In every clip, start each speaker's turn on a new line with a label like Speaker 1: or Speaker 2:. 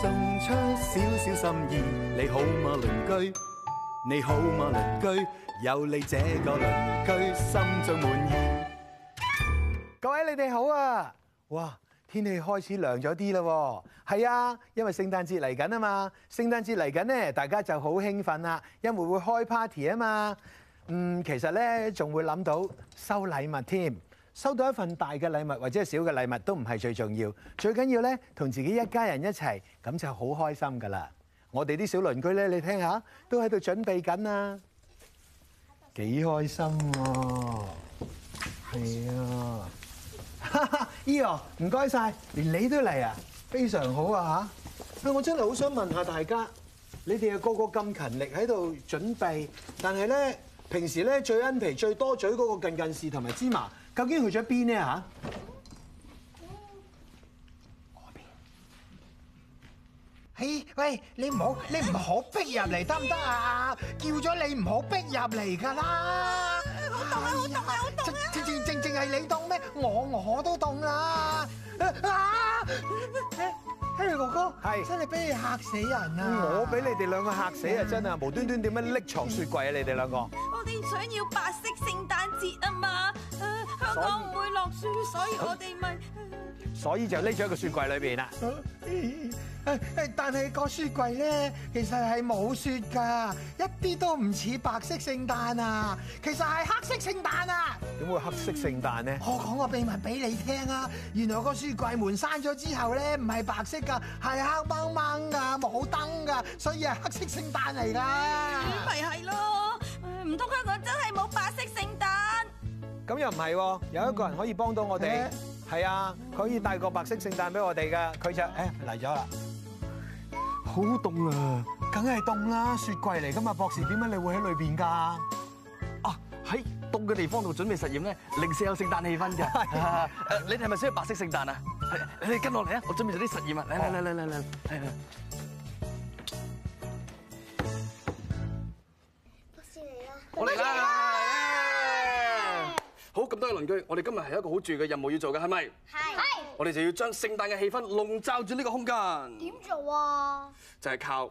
Speaker 1: 送出少少心意，你好嗎鄰居？你好嗎鄰居？有你這個鄰居，心中滿意。
Speaker 2: 各位你哋好啊！哇，天氣開始涼咗啲啦喎。係啊，因為聖誕節嚟緊啊嘛。聖誕節嚟緊呢，大家就好興奮啦，因為會開 party 啊嘛。嗯，其實呢，仲會諗到收禮物添。收到一份大嘅禮物或者係小嘅禮物都唔係最重要，最緊要咧同自己一家人一齊，咁就好開心㗎啦。我哋啲小鄰居咧，你聽下，都喺度準備緊啊，幾開心喎！係啊，哈哈，Eo 唔該晒，連你都嚟啊，非常好啊嚇！我真係好想問下大家，你哋啊個個咁勤力喺度準備，但係咧平時咧最奀皮最多嘴嗰個近近視同埋芝麻。究竟去咗邊呢？嚇？嗰邊？
Speaker 3: 嘿，喂，你唔好，你唔好逼入嚟得唔得啊？叫咗你唔好逼入嚟㗎啦！
Speaker 4: 好凍啊！好凍啊！好凍啊！
Speaker 3: 正正正正係你凍咩？我我都凍啦！啊！Harry 哥哥，
Speaker 2: 係
Speaker 3: 真係俾你嚇死人啊！
Speaker 2: 我俾你哋兩個嚇死啊！真係無端端點樣匿藏雪櫃啊？你哋兩個？
Speaker 4: 我哋想要白色聖誕節啊嘛，誒香港唔會落雪，所以我哋咪
Speaker 2: 所以就匿咗喺個雪櫃裏邊啦。
Speaker 3: 哎但係個雪櫃咧，其實係冇雪㗎，一啲都唔似白色聖誕啊！其實係黑色聖誕啊！
Speaker 2: 點會黑色聖誕呢？
Speaker 3: 我講個秘密俾你聽啊！原來個雪櫃門閂咗之後咧，唔係白色㗎，係黑掹掹㗎，冇燈㗎，所以係黑色聖誕嚟㗎。
Speaker 4: 咁呃咪係咯，誒唔通香港真係冇白色聖誕？
Speaker 2: 咁又唔係喎，哦有一個人可以幫到我哋
Speaker 3: 嗯，
Speaker 2: 係啊，佢可以帶個白色聖誕俾我哋㗎。佢就誒嚟咗啦，好凍啊！梗係凍啦，雪櫃嚟㗎嘛，博士點解你會喺裏邊㗎？
Speaker 5: 啊喺凍嘅地方度準備實驗咧，零舍有聖誕氣氛嘅。誒，你哋係咪需要白色聖誕啊？係你哋跟我嚟啊！我準備咗啲實驗啊！嚟嚟嚟嚟嚟嚟嚟！
Speaker 6: 博士嚟啦！
Speaker 5: 我嚟啦！好，咁多位鄰居，我哋今日係一個好重要嘅任務要做嘅，係咪？
Speaker 6: 係
Speaker 5: 我哋就要將聖誕嘅氣氛籠罩住呢個空間，
Speaker 6: 點做啊？
Speaker 5: 就係靠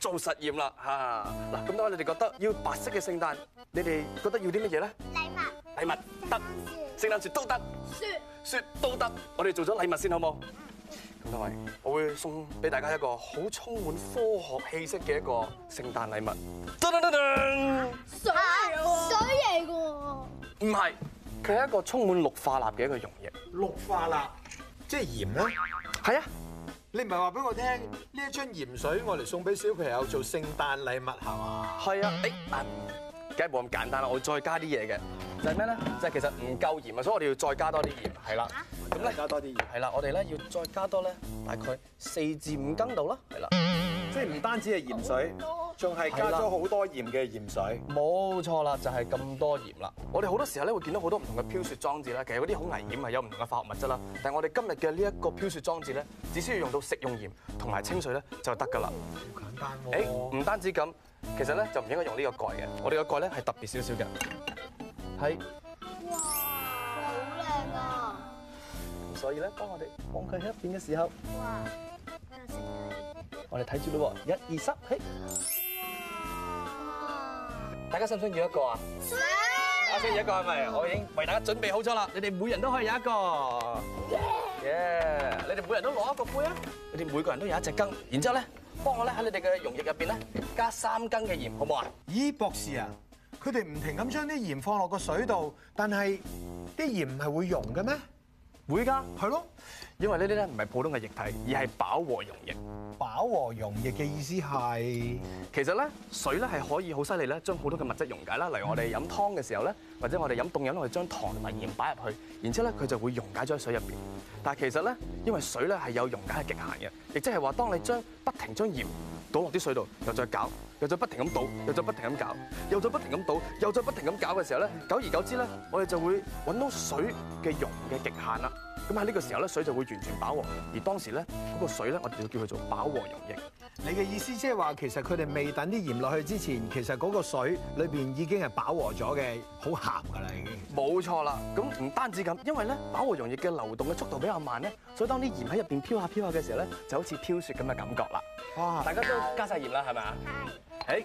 Speaker 5: 做實驗啦嚇。嗱，咁多位你哋覺得要白色嘅聖誕，你哋覺得要啲乜嘢咧？
Speaker 6: 禮物
Speaker 5: 禮物得，聖誕樹都得，
Speaker 6: 雪
Speaker 5: 雪都得。我哋做咗禮物先好冇？咁多位，我會送俾大家一個好充滿科學氣息嘅一個聖誕禮物。噔噔噔噔，
Speaker 6: 水啊水嚟嘅喎，
Speaker 5: 唔係，佢係一個充滿氯化鈉嘅一個溶液。
Speaker 2: 氯化鈉即係鹽咧。
Speaker 5: 係啊，
Speaker 2: 你唔係話俾我聽呢一樽鹽水我嚟送俾小朋友做聖誕禮物係嘛？
Speaker 5: 係啊，誒啊，梗係冇咁簡單啦，我會再加啲嘢嘅。就係咩咧？就係其實唔夠鹽啊，所以我哋要再加多啲鹽。係啦，咁咧
Speaker 2: 加多啲鹽，
Speaker 5: 係啦，我哋咧要再加多咧大概四至五羹度啦。係啦。
Speaker 2: 即係唔單止係鹽水，仲係加咗好多鹽嘅鹽水。
Speaker 5: 冇錯啦，就係咁多鹽啦。我哋好多時候咧會見到好多唔同嘅飄雪裝置啦，其實嗰啲好危險啊係有唔同嘅化學物質啦。但係我哋今日嘅呢一個飄雪裝置咧，只需要用到食用鹽同埋清水咧就得㗎啦。
Speaker 2: 好簡單
Speaker 5: 誒，唔單止咁，其實咧就唔應該用呢個蓋嘅，我哋個蓋咧係特別少少嘅，係。
Speaker 6: 哇，好靚啊！
Speaker 5: 所以咧，當我哋放佢喺一邊嘅時候，
Speaker 6: 哇，
Speaker 5: 我哋睇住咯喎，一二三，嘿！大家想唔想要一個啊？大家想要一個係咪？我已經為大家準備好咗啦，你哋每人都可以有一個。耶！你哋每人都攞一個杯啊！你哋每個人都有一隻羹，然之後咧，幫我咧喺你哋嘅溶液入邊咧加三羹嘅鹽，好唔好啊？
Speaker 2: 咦，博士啊，佢哋唔停咁將啲鹽放落個水度，但係啲鹽唔係會溶嘅咩？
Speaker 5: 會㗎。
Speaker 2: 係咯，
Speaker 5: 因為呢啲咧唔係普通嘅液體，而係飽和溶液。
Speaker 2: 飽和溶液嘅意思係
Speaker 5: 其實咧，水咧係可以好犀利咧，將好多嘅物質溶解啦。例如我哋飲湯嘅時候咧，或者我哋飲凍飲咧，我哋將糖同埋鹽擺入去，然之後咧佢就會溶解咗喺水入邊。但係其實咧，因為水咧係有溶解嘅極限嘅，亦即係話當你將不停將鹽倒落啲水度，又再攪，又再不停咁倒，又再不停咁攪，又再不停咁倒，又再不停咁攪嘅時候咧，久而久之咧，我哋就會揾到水嘅溶嘅極限啦。咁喺呢個時候咧，水就會完全飽和。而當時咧，嗰個水咧，我哋就叫佢做飽和溶液。
Speaker 2: 你嘅意思，即係話其實佢哋未等啲鹽落去之前，其實嗰個水裏邊已經係飽和咗嘅，好鹹㗎啦已經。
Speaker 5: 冇錯啦，咁唔單止咁，因為咧飽和溶液嘅流動嘅速度比較慢咧，所以當啲鹽喺入邊飄下飄下嘅時候咧，就好似飄雪咁嘅感覺啦。
Speaker 2: 哇！
Speaker 5: 大家都加晒鹽啦，係咪啊？係。誒，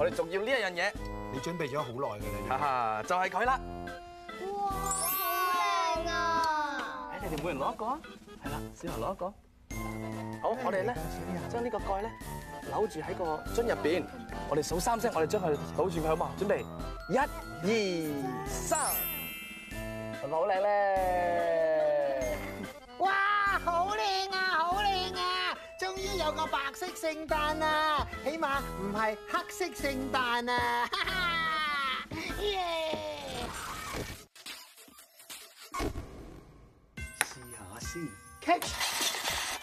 Speaker 5: 我哋仲要呢一樣嘢，
Speaker 2: 你準備咗好耐㗎
Speaker 5: 哈
Speaker 2: 啦。
Speaker 5: 哈，就係佢啦。
Speaker 6: 哇，好靚啊！
Speaker 5: 誒，你哋每人攞一個啊。係啦，小牛攞一個。好，我哋咧將呢個蓋咧扭住喺個樽入邊，我哋數三聲，我哋將佢倒轉佢好嘛？準備，一、二、三，係咪好靚咧？
Speaker 3: 哇，好靚啊，好靚啊！終於有個白色聖誕啦，起碼唔係黑色聖誕啊！哈哈耶！
Speaker 2: 試下先。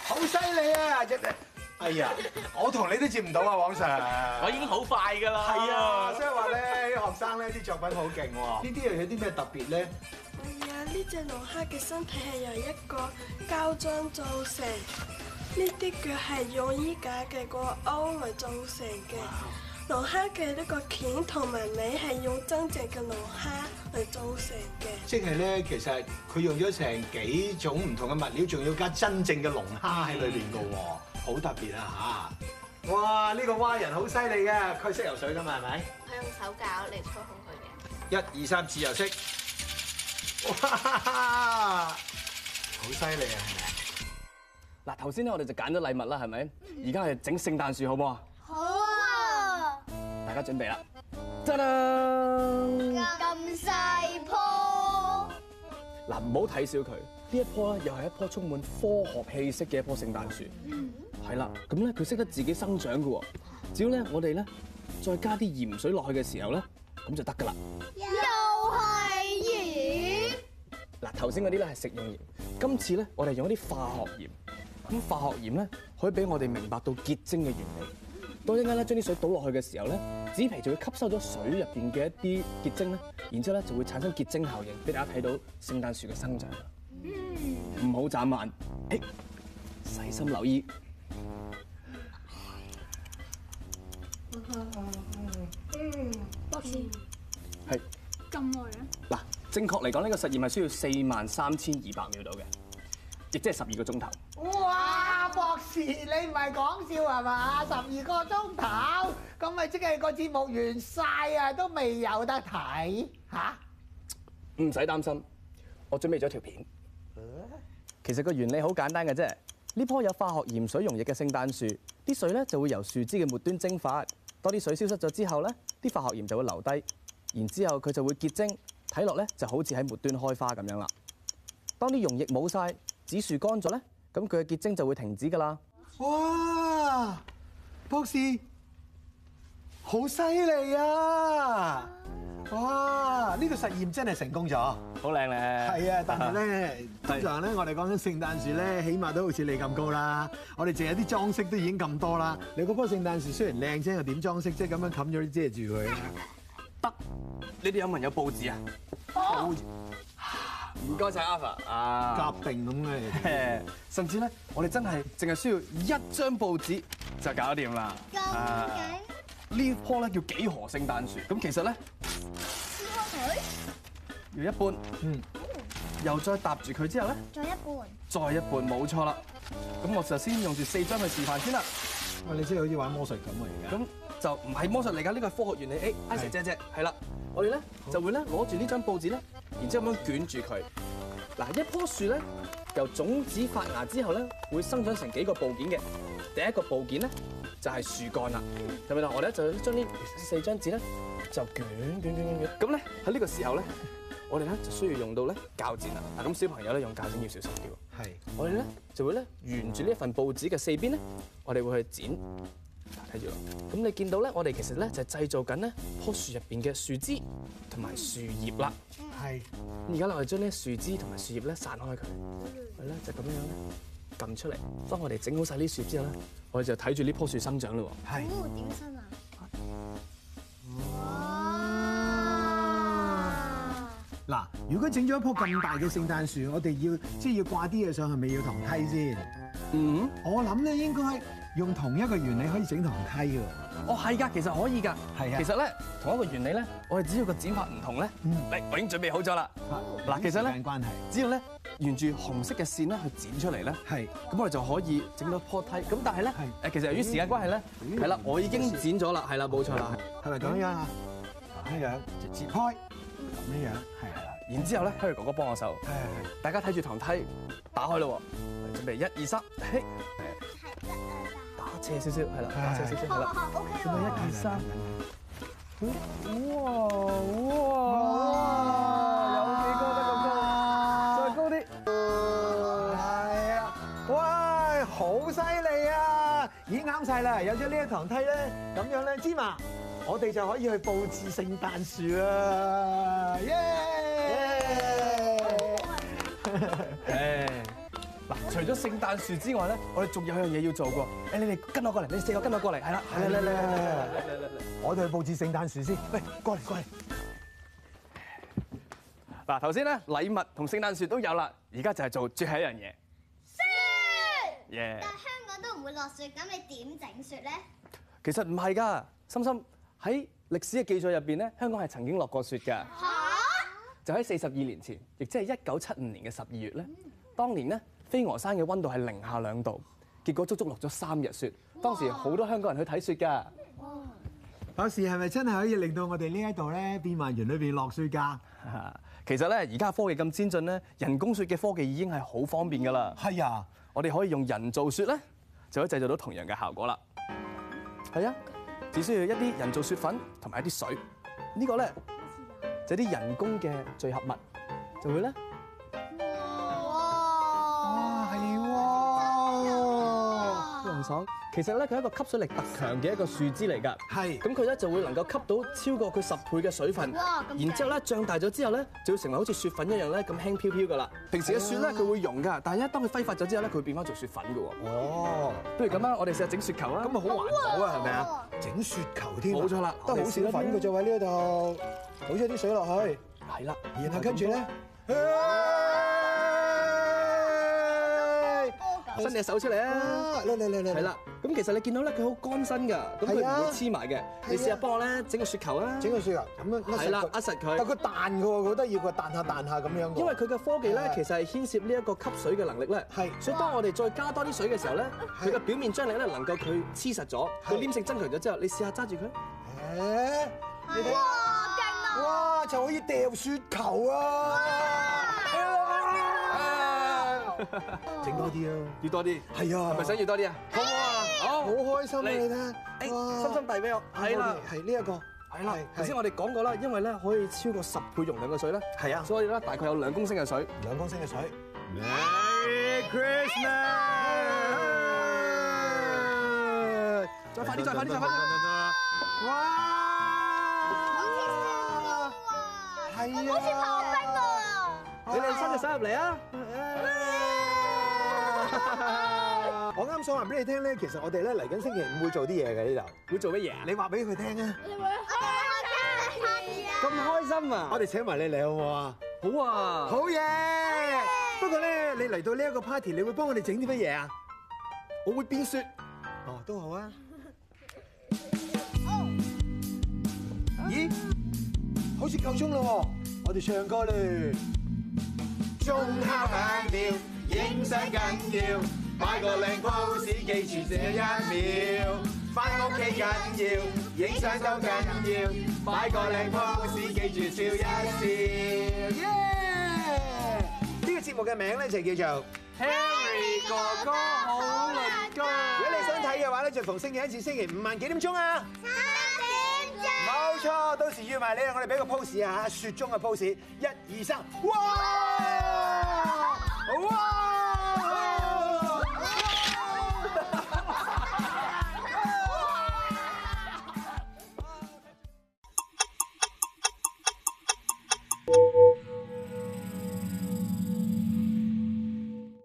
Speaker 3: 好犀利啊！一
Speaker 2: 哎呀，我同你都接唔到啊，黃 Sir。
Speaker 7: 我已經好快㗎啦。
Speaker 2: 係啊，所以話咧，啲學生咧啲作品好勁喎。呢啲又有啲咩特別咧？
Speaker 8: 係啊，呢只龍蝦嘅身體係由一個膠漿造成，呢啲腳係用衣架嘅個鈎嚟造成嘅。龍蝦嘅呢個鉗同埋尾係用真正嘅龍蝦嚟造成嘅。
Speaker 2: 即係咧，其實佢用咗成幾種唔同嘅物料，仲要加真正嘅龍蝦喺裏邊嘅喎，好特別啊嚇！哇！呢、個蛙人好犀利嘅，佢識游水㗎嘛，係咪？
Speaker 9: 我用手搞嚟操控佢嘅。
Speaker 2: 一二三，自由式。哇！好犀利啊！
Speaker 5: 嗱，頭先咧我哋就揀咗禮物啦，係咪？而家係整聖誕樹，好唔好啊？
Speaker 6: 嗯好啊，
Speaker 5: 大家準備啦！真啦！
Speaker 6: 咁細棵，
Speaker 5: 嗱，唔好睇小佢，呢一棵咧又係一棵充滿科學氣息嘅一棵聖誕樹。係啦，咁咧佢識得自己生長嘅喎。只要咧我哋咧再加啲鹽水落去嘅時候咧，咁就得㗎啦。
Speaker 6: 又係魚。
Speaker 5: 嗱，頭先嗰啲咧係食用鹽，今次咧我哋用一啲化學鹽。咁化學鹽咧可以俾我哋明白到結晶嘅原理。當一間咧將啲水倒落去嘅時候咧，紙皮就會吸收咗水入邊嘅一啲結晶咧，然之後咧就會產生結晶效應，俾大家睇到聖誕樹嘅生長啦。唔好眨眼，誒，細心留意。
Speaker 4: 博士
Speaker 5: 係
Speaker 4: 咁耐啊？
Speaker 5: 嗱，正確嚟講，呢個實驗係需要四萬三千二百秒到嘅，亦即係十二個鐘頭。
Speaker 3: 哇，博士你唔係講笑係嘛？十二個鐘頭，咁咪即係個節目完晒啊，都未有得睇吓？
Speaker 5: 唔使擔心，我準備咗條片。其實個原理好簡單嘅啫。呢棵有化學鹽水溶液嘅聖誕樹，啲水咧就會由樹枝嘅末端蒸發。當啲水消失咗之後咧，啲化學鹽就會留低，然之後佢就會結晶，睇落咧就好似喺末端開花咁樣啦。當啲溶液冇晒，紫樹乾咗咧，咁佢嘅結晶就會停止㗎啦。
Speaker 2: 哇！博士，好犀利啊！哇！呢、個實驗真係成功咗。
Speaker 5: 好靚咧！
Speaker 2: 係啊，但係咧，通常咧，我哋講緊聖誕樹咧，起碼都好似你咁高啦。我哋淨係啲裝飾都已經咁多啦。你嗰棵聖誕樹雖然靚啫，又點裝飾啫？咁樣冚咗啲遮住佢。
Speaker 5: 得，你哋有冇人有報紙啊？
Speaker 6: 哦
Speaker 2: 好
Speaker 5: 唔該晒 Alpha 啊
Speaker 2: 夾定咁嘅，你哋
Speaker 5: 誒，甚至咧，我哋真係淨係需要一張報紙就搞掂啦。
Speaker 6: 咁
Speaker 5: 啊
Speaker 6: 緊
Speaker 5: 呢一棵咧叫幾何聖誕樹，咁其實咧
Speaker 6: 撕開佢，
Speaker 5: 要一半，嗯，又再搭住佢之後咧，
Speaker 6: 再一半。
Speaker 5: 再一半，冇錯啦。咁我就先用住四張去示範先啦。
Speaker 2: 哇！你真係好似玩魔術咁啊！而家
Speaker 5: 咁就唔係魔術嚟㗎，呢個係科學原理。誒，I 姐姐姐，係啦，我哋咧就會咧攞住呢張報紙咧，然之後咁樣捲住佢。嗱，一棵樹咧由種子發芽之後咧，會生長成幾個部件嘅。第一個部件咧就係樹幹啦，係咪啦？我哋咧就將呢四張紙咧就捲捲捲捲捲。咁咧喺呢個時候咧，我哋咧就需要用到咧鉸剪啦。嗱，咁小朋友咧用鉸剪要啊小心啲喎。
Speaker 2: 係
Speaker 5: 我哋咧就會咧沿住呢一份報紙嘅四邊咧，我哋會去剪。嗱睇住啦，咁你見到咧，我哋其實咧就製造緊咧樖樹入邊嘅樹枝同埋樹葉啦。
Speaker 2: 係
Speaker 5: 而家咧我哋將呢樹枝同埋樹葉咧散開佢，我哋咧就咁樣咧撳出嚟。當我哋整好晒呢樹葉之後咧，我哋就睇住呢樖樹生長嘞喎。
Speaker 2: 係。
Speaker 6: 哦點身啊？哇！
Speaker 2: 嗱，如果整咗一棵咁大嘅聖誕樹，我哋要即係要掛啲嘢上去，咪要堂梯先。
Speaker 5: 嗯，
Speaker 2: 我諗咧應該用同一個原理可以整堂梯嘅喎。
Speaker 5: 哦係㗎，其實可以㗎。
Speaker 2: 係啊
Speaker 5: 其實咧同一個原理咧，我哋只要個剪法唔同咧，
Speaker 2: 嗯
Speaker 5: 嚟我已經準備好咗啦。嗱其實呢
Speaker 2: 時間關係
Speaker 5: 只要咧沿住紅色嘅線咧去剪出嚟咧。
Speaker 2: 係
Speaker 5: 咁我哋就可以整到坡梯。咁但係咧，誒其實由於時間關係咧，係啦，我已經剪咗啦，係啦，冇錯啦。
Speaker 2: 係咪咁樣啊？咁樣直接開，咁樣樣係啦。
Speaker 5: 然之後咧，Harry 哥哥幫我手，
Speaker 2: 係係
Speaker 5: 大家睇住堂梯打開啦喎，準備一二三，嘿，打斜少少，係啦，打斜少少，係啦，
Speaker 6: O K
Speaker 5: 準備一二三，
Speaker 2: 哦
Speaker 5: 哇哇，有幾高得咁高，再高啲，
Speaker 2: 係啊！哇，好犀利啊！咦，啱晒啦！有咗呢一堂梯咧，咁樣咧，芝麻，我哋就可以去佈置聖誕樹啦！耶！
Speaker 5: 誒。嗱，除咗聖誕樹之外咧，我哋仲有樣嘢要做過。誒，你哋跟我過嚟，你哋四個跟我過嚟，係啦，嚟嚟嚟嚟嚟嚟嚟嚟。
Speaker 2: 我哋去佈置聖誕樹先。喂，過嚟過嚟。
Speaker 5: 嗱，頭先咧禮物同聖誕樹都有啦，而家就係做最後一樣嘢。耶、
Speaker 6: 但香港都唔會落雪，咁你點整雪咧？
Speaker 5: 其實唔係㗎，心心喺歷史嘅記載入邊咧，香港係曾經落過雪㗎。就喺四十二年前，亦即係一九七五年嘅十二月咧，當年咧飛鵝山嘅温度係零下兩度，結果足足落咗三日雪。當時好多香港人去睇雪㗎。
Speaker 2: 有時係咪真係可以令到我哋呢一度咧變幻園裏邊落雪㗎？
Speaker 5: 啊其實咧，而家科技咁先進咧，人工雪嘅科技已經係好方便㗎啦。
Speaker 2: 係啊，
Speaker 5: 我哋可以用人造雪咧，就可以製造到同樣嘅效果啦。係啊，只需要一啲人造雪粉同埋一啲水，呢個咧就係啲人工嘅聚合物，就會咧
Speaker 2: 啊係喎，
Speaker 5: 涼爽。其實咧，佢係一個吸水力特強嘅一個樹枝嚟㗎。
Speaker 2: 係
Speaker 5: 咁佢咧就會能夠吸到超過佢十倍嘅水分，
Speaker 6: 哇咁
Speaker 5: 然之後咧脹大咗之後咧，就會成為好似雪粉一樣咧咁輕飄飄㗎啦。平時嘅雪咧佢會溶㗎，但係一當佢揮發咗之後咧，佢會變翻做雪粉㗎喎。
Speaker 2: 哦，
Speaker 5: 不如咁啦，我哋試下整雪球啦。
Speaker 2: 咁啊好環保啊，係咪啊？整雪球添啊，
Speaker 5: 冇錯啦
Speaker 2: 都係好少粉嘅啫喎，喺呢度倒咗啲水落去，
Speaker 5: 係啦，
Speaker 2: 然後跟住咧，
Speaker 5: 伸隻手出嚟啊！
Speaker 2: 啊嚟嚟嚟嚟，
Speaker 5: 係啦，咁其實你見到咧，佢好乾身㗎，咁佢
Speaker 2: 係啊
Speaker 5: 唔會黐埋嘅。你試下幫我咧整個雪球啊！
Speaker 2: 整個雪球咁樣
Speaker 5: 係啦，扼實
Speaker 2: 但
Speaker 5: 佢。
Speaker 2: 佢彈嘅喎，好得意喎，彈下彈下咁樣嘅，
Speaker 5: 因為佢嘅科技
Speaker 2: 係
Speaker 5: 咧
Speaker 2: 啊，
Speaker 5: 其實係牽涉呢一個吸水嘅能力咧，
Speaker 2: 係
Speaker 5: 所以當我哋再加多啲水嘅時候咧，佢嘅表面張力咧能夠佢黐實咗，佢黏性增強咗之後，你試下揸住佢，
Speaker 2: 誒，你睇。
Speaker 6: 哇，勁啊！
Speaker 2: 哇！就可以掉雪球啊！整多啲啊！
Speaker 5: 要多啲，
Speaker 2: 係啊，
Speaker 5: 係咪想要多啲啊？好唔好啊？好
Speaker 2: 好開心啊！
Speaker 5: 嚟
Speaker 2: 你睇，
Speaker 5: 誒，深深遞俾我，係
Speaker 2: 係
Speaker 5: 啦
Speaker 2: 啦，。係呢一個，
Speaker 5: 係啦，頭
Speaker 2: 頭
Speaker 5: 先
Speaker 2: 先
Speaker 5: 我哋講過啦，因為咧可以超過十倍容量嘅水咧，
Speaker 2: 係啊
Speaker 5: 所以咧大概有兩公升嘅水，
Speaker 2: 兩公升嘅水。
Speaker 5: 再快啲，再快啲，再快啲！
Speaker 2: 哇！係
Speaker 6: 好似刨冰
Speaker 2: 啊！
Speaker 6: 喎。
Speaker 5: 你哋伸隻手入嚟啊！
Speaker 2: 我啱想話俾你聽咧，其實我哋咧嚟緊星期五會做啲嘢嘅呢度，
Speaker 5: 會做乜嘢啊？
Speaker 2: 你話俾佢聽啊！
Speaker 5: 咁開心啊！
Speaker 2: 我哋請埋你嚟好唔好啊？
Speaker 5: 好啊！
Speaker 2: 好嘢！不過咧，你嚟到呢一個 party，你會幫我哋整啲乜嘢啊？
Speaker 5: 我會變雪。
Speaker 2: 哦，都好啊。咦？好似夠鐘啦喎，我哋唱歌咧。鐘敲響了，影相緊要，擺個靚 pose，記住這一秒。翻屋企緊要，影相都緊要，擺個靚 pose，記住笑一笑。耶！呢個節目嘅名咧就叫做。
Speaker 5: Harry 哥哥好鄰居。
Speaker 2: 如果你想 à.
Speaker 6: 아,
Speaker 2: 睇嘅話咧，就逢星期一至星期五晚幾點鐘啊？冇錯，到時要住埋你啊！我哋俾個 pose à, Dạ, 啊，雪中嘅 pose，一二三，哇！哇！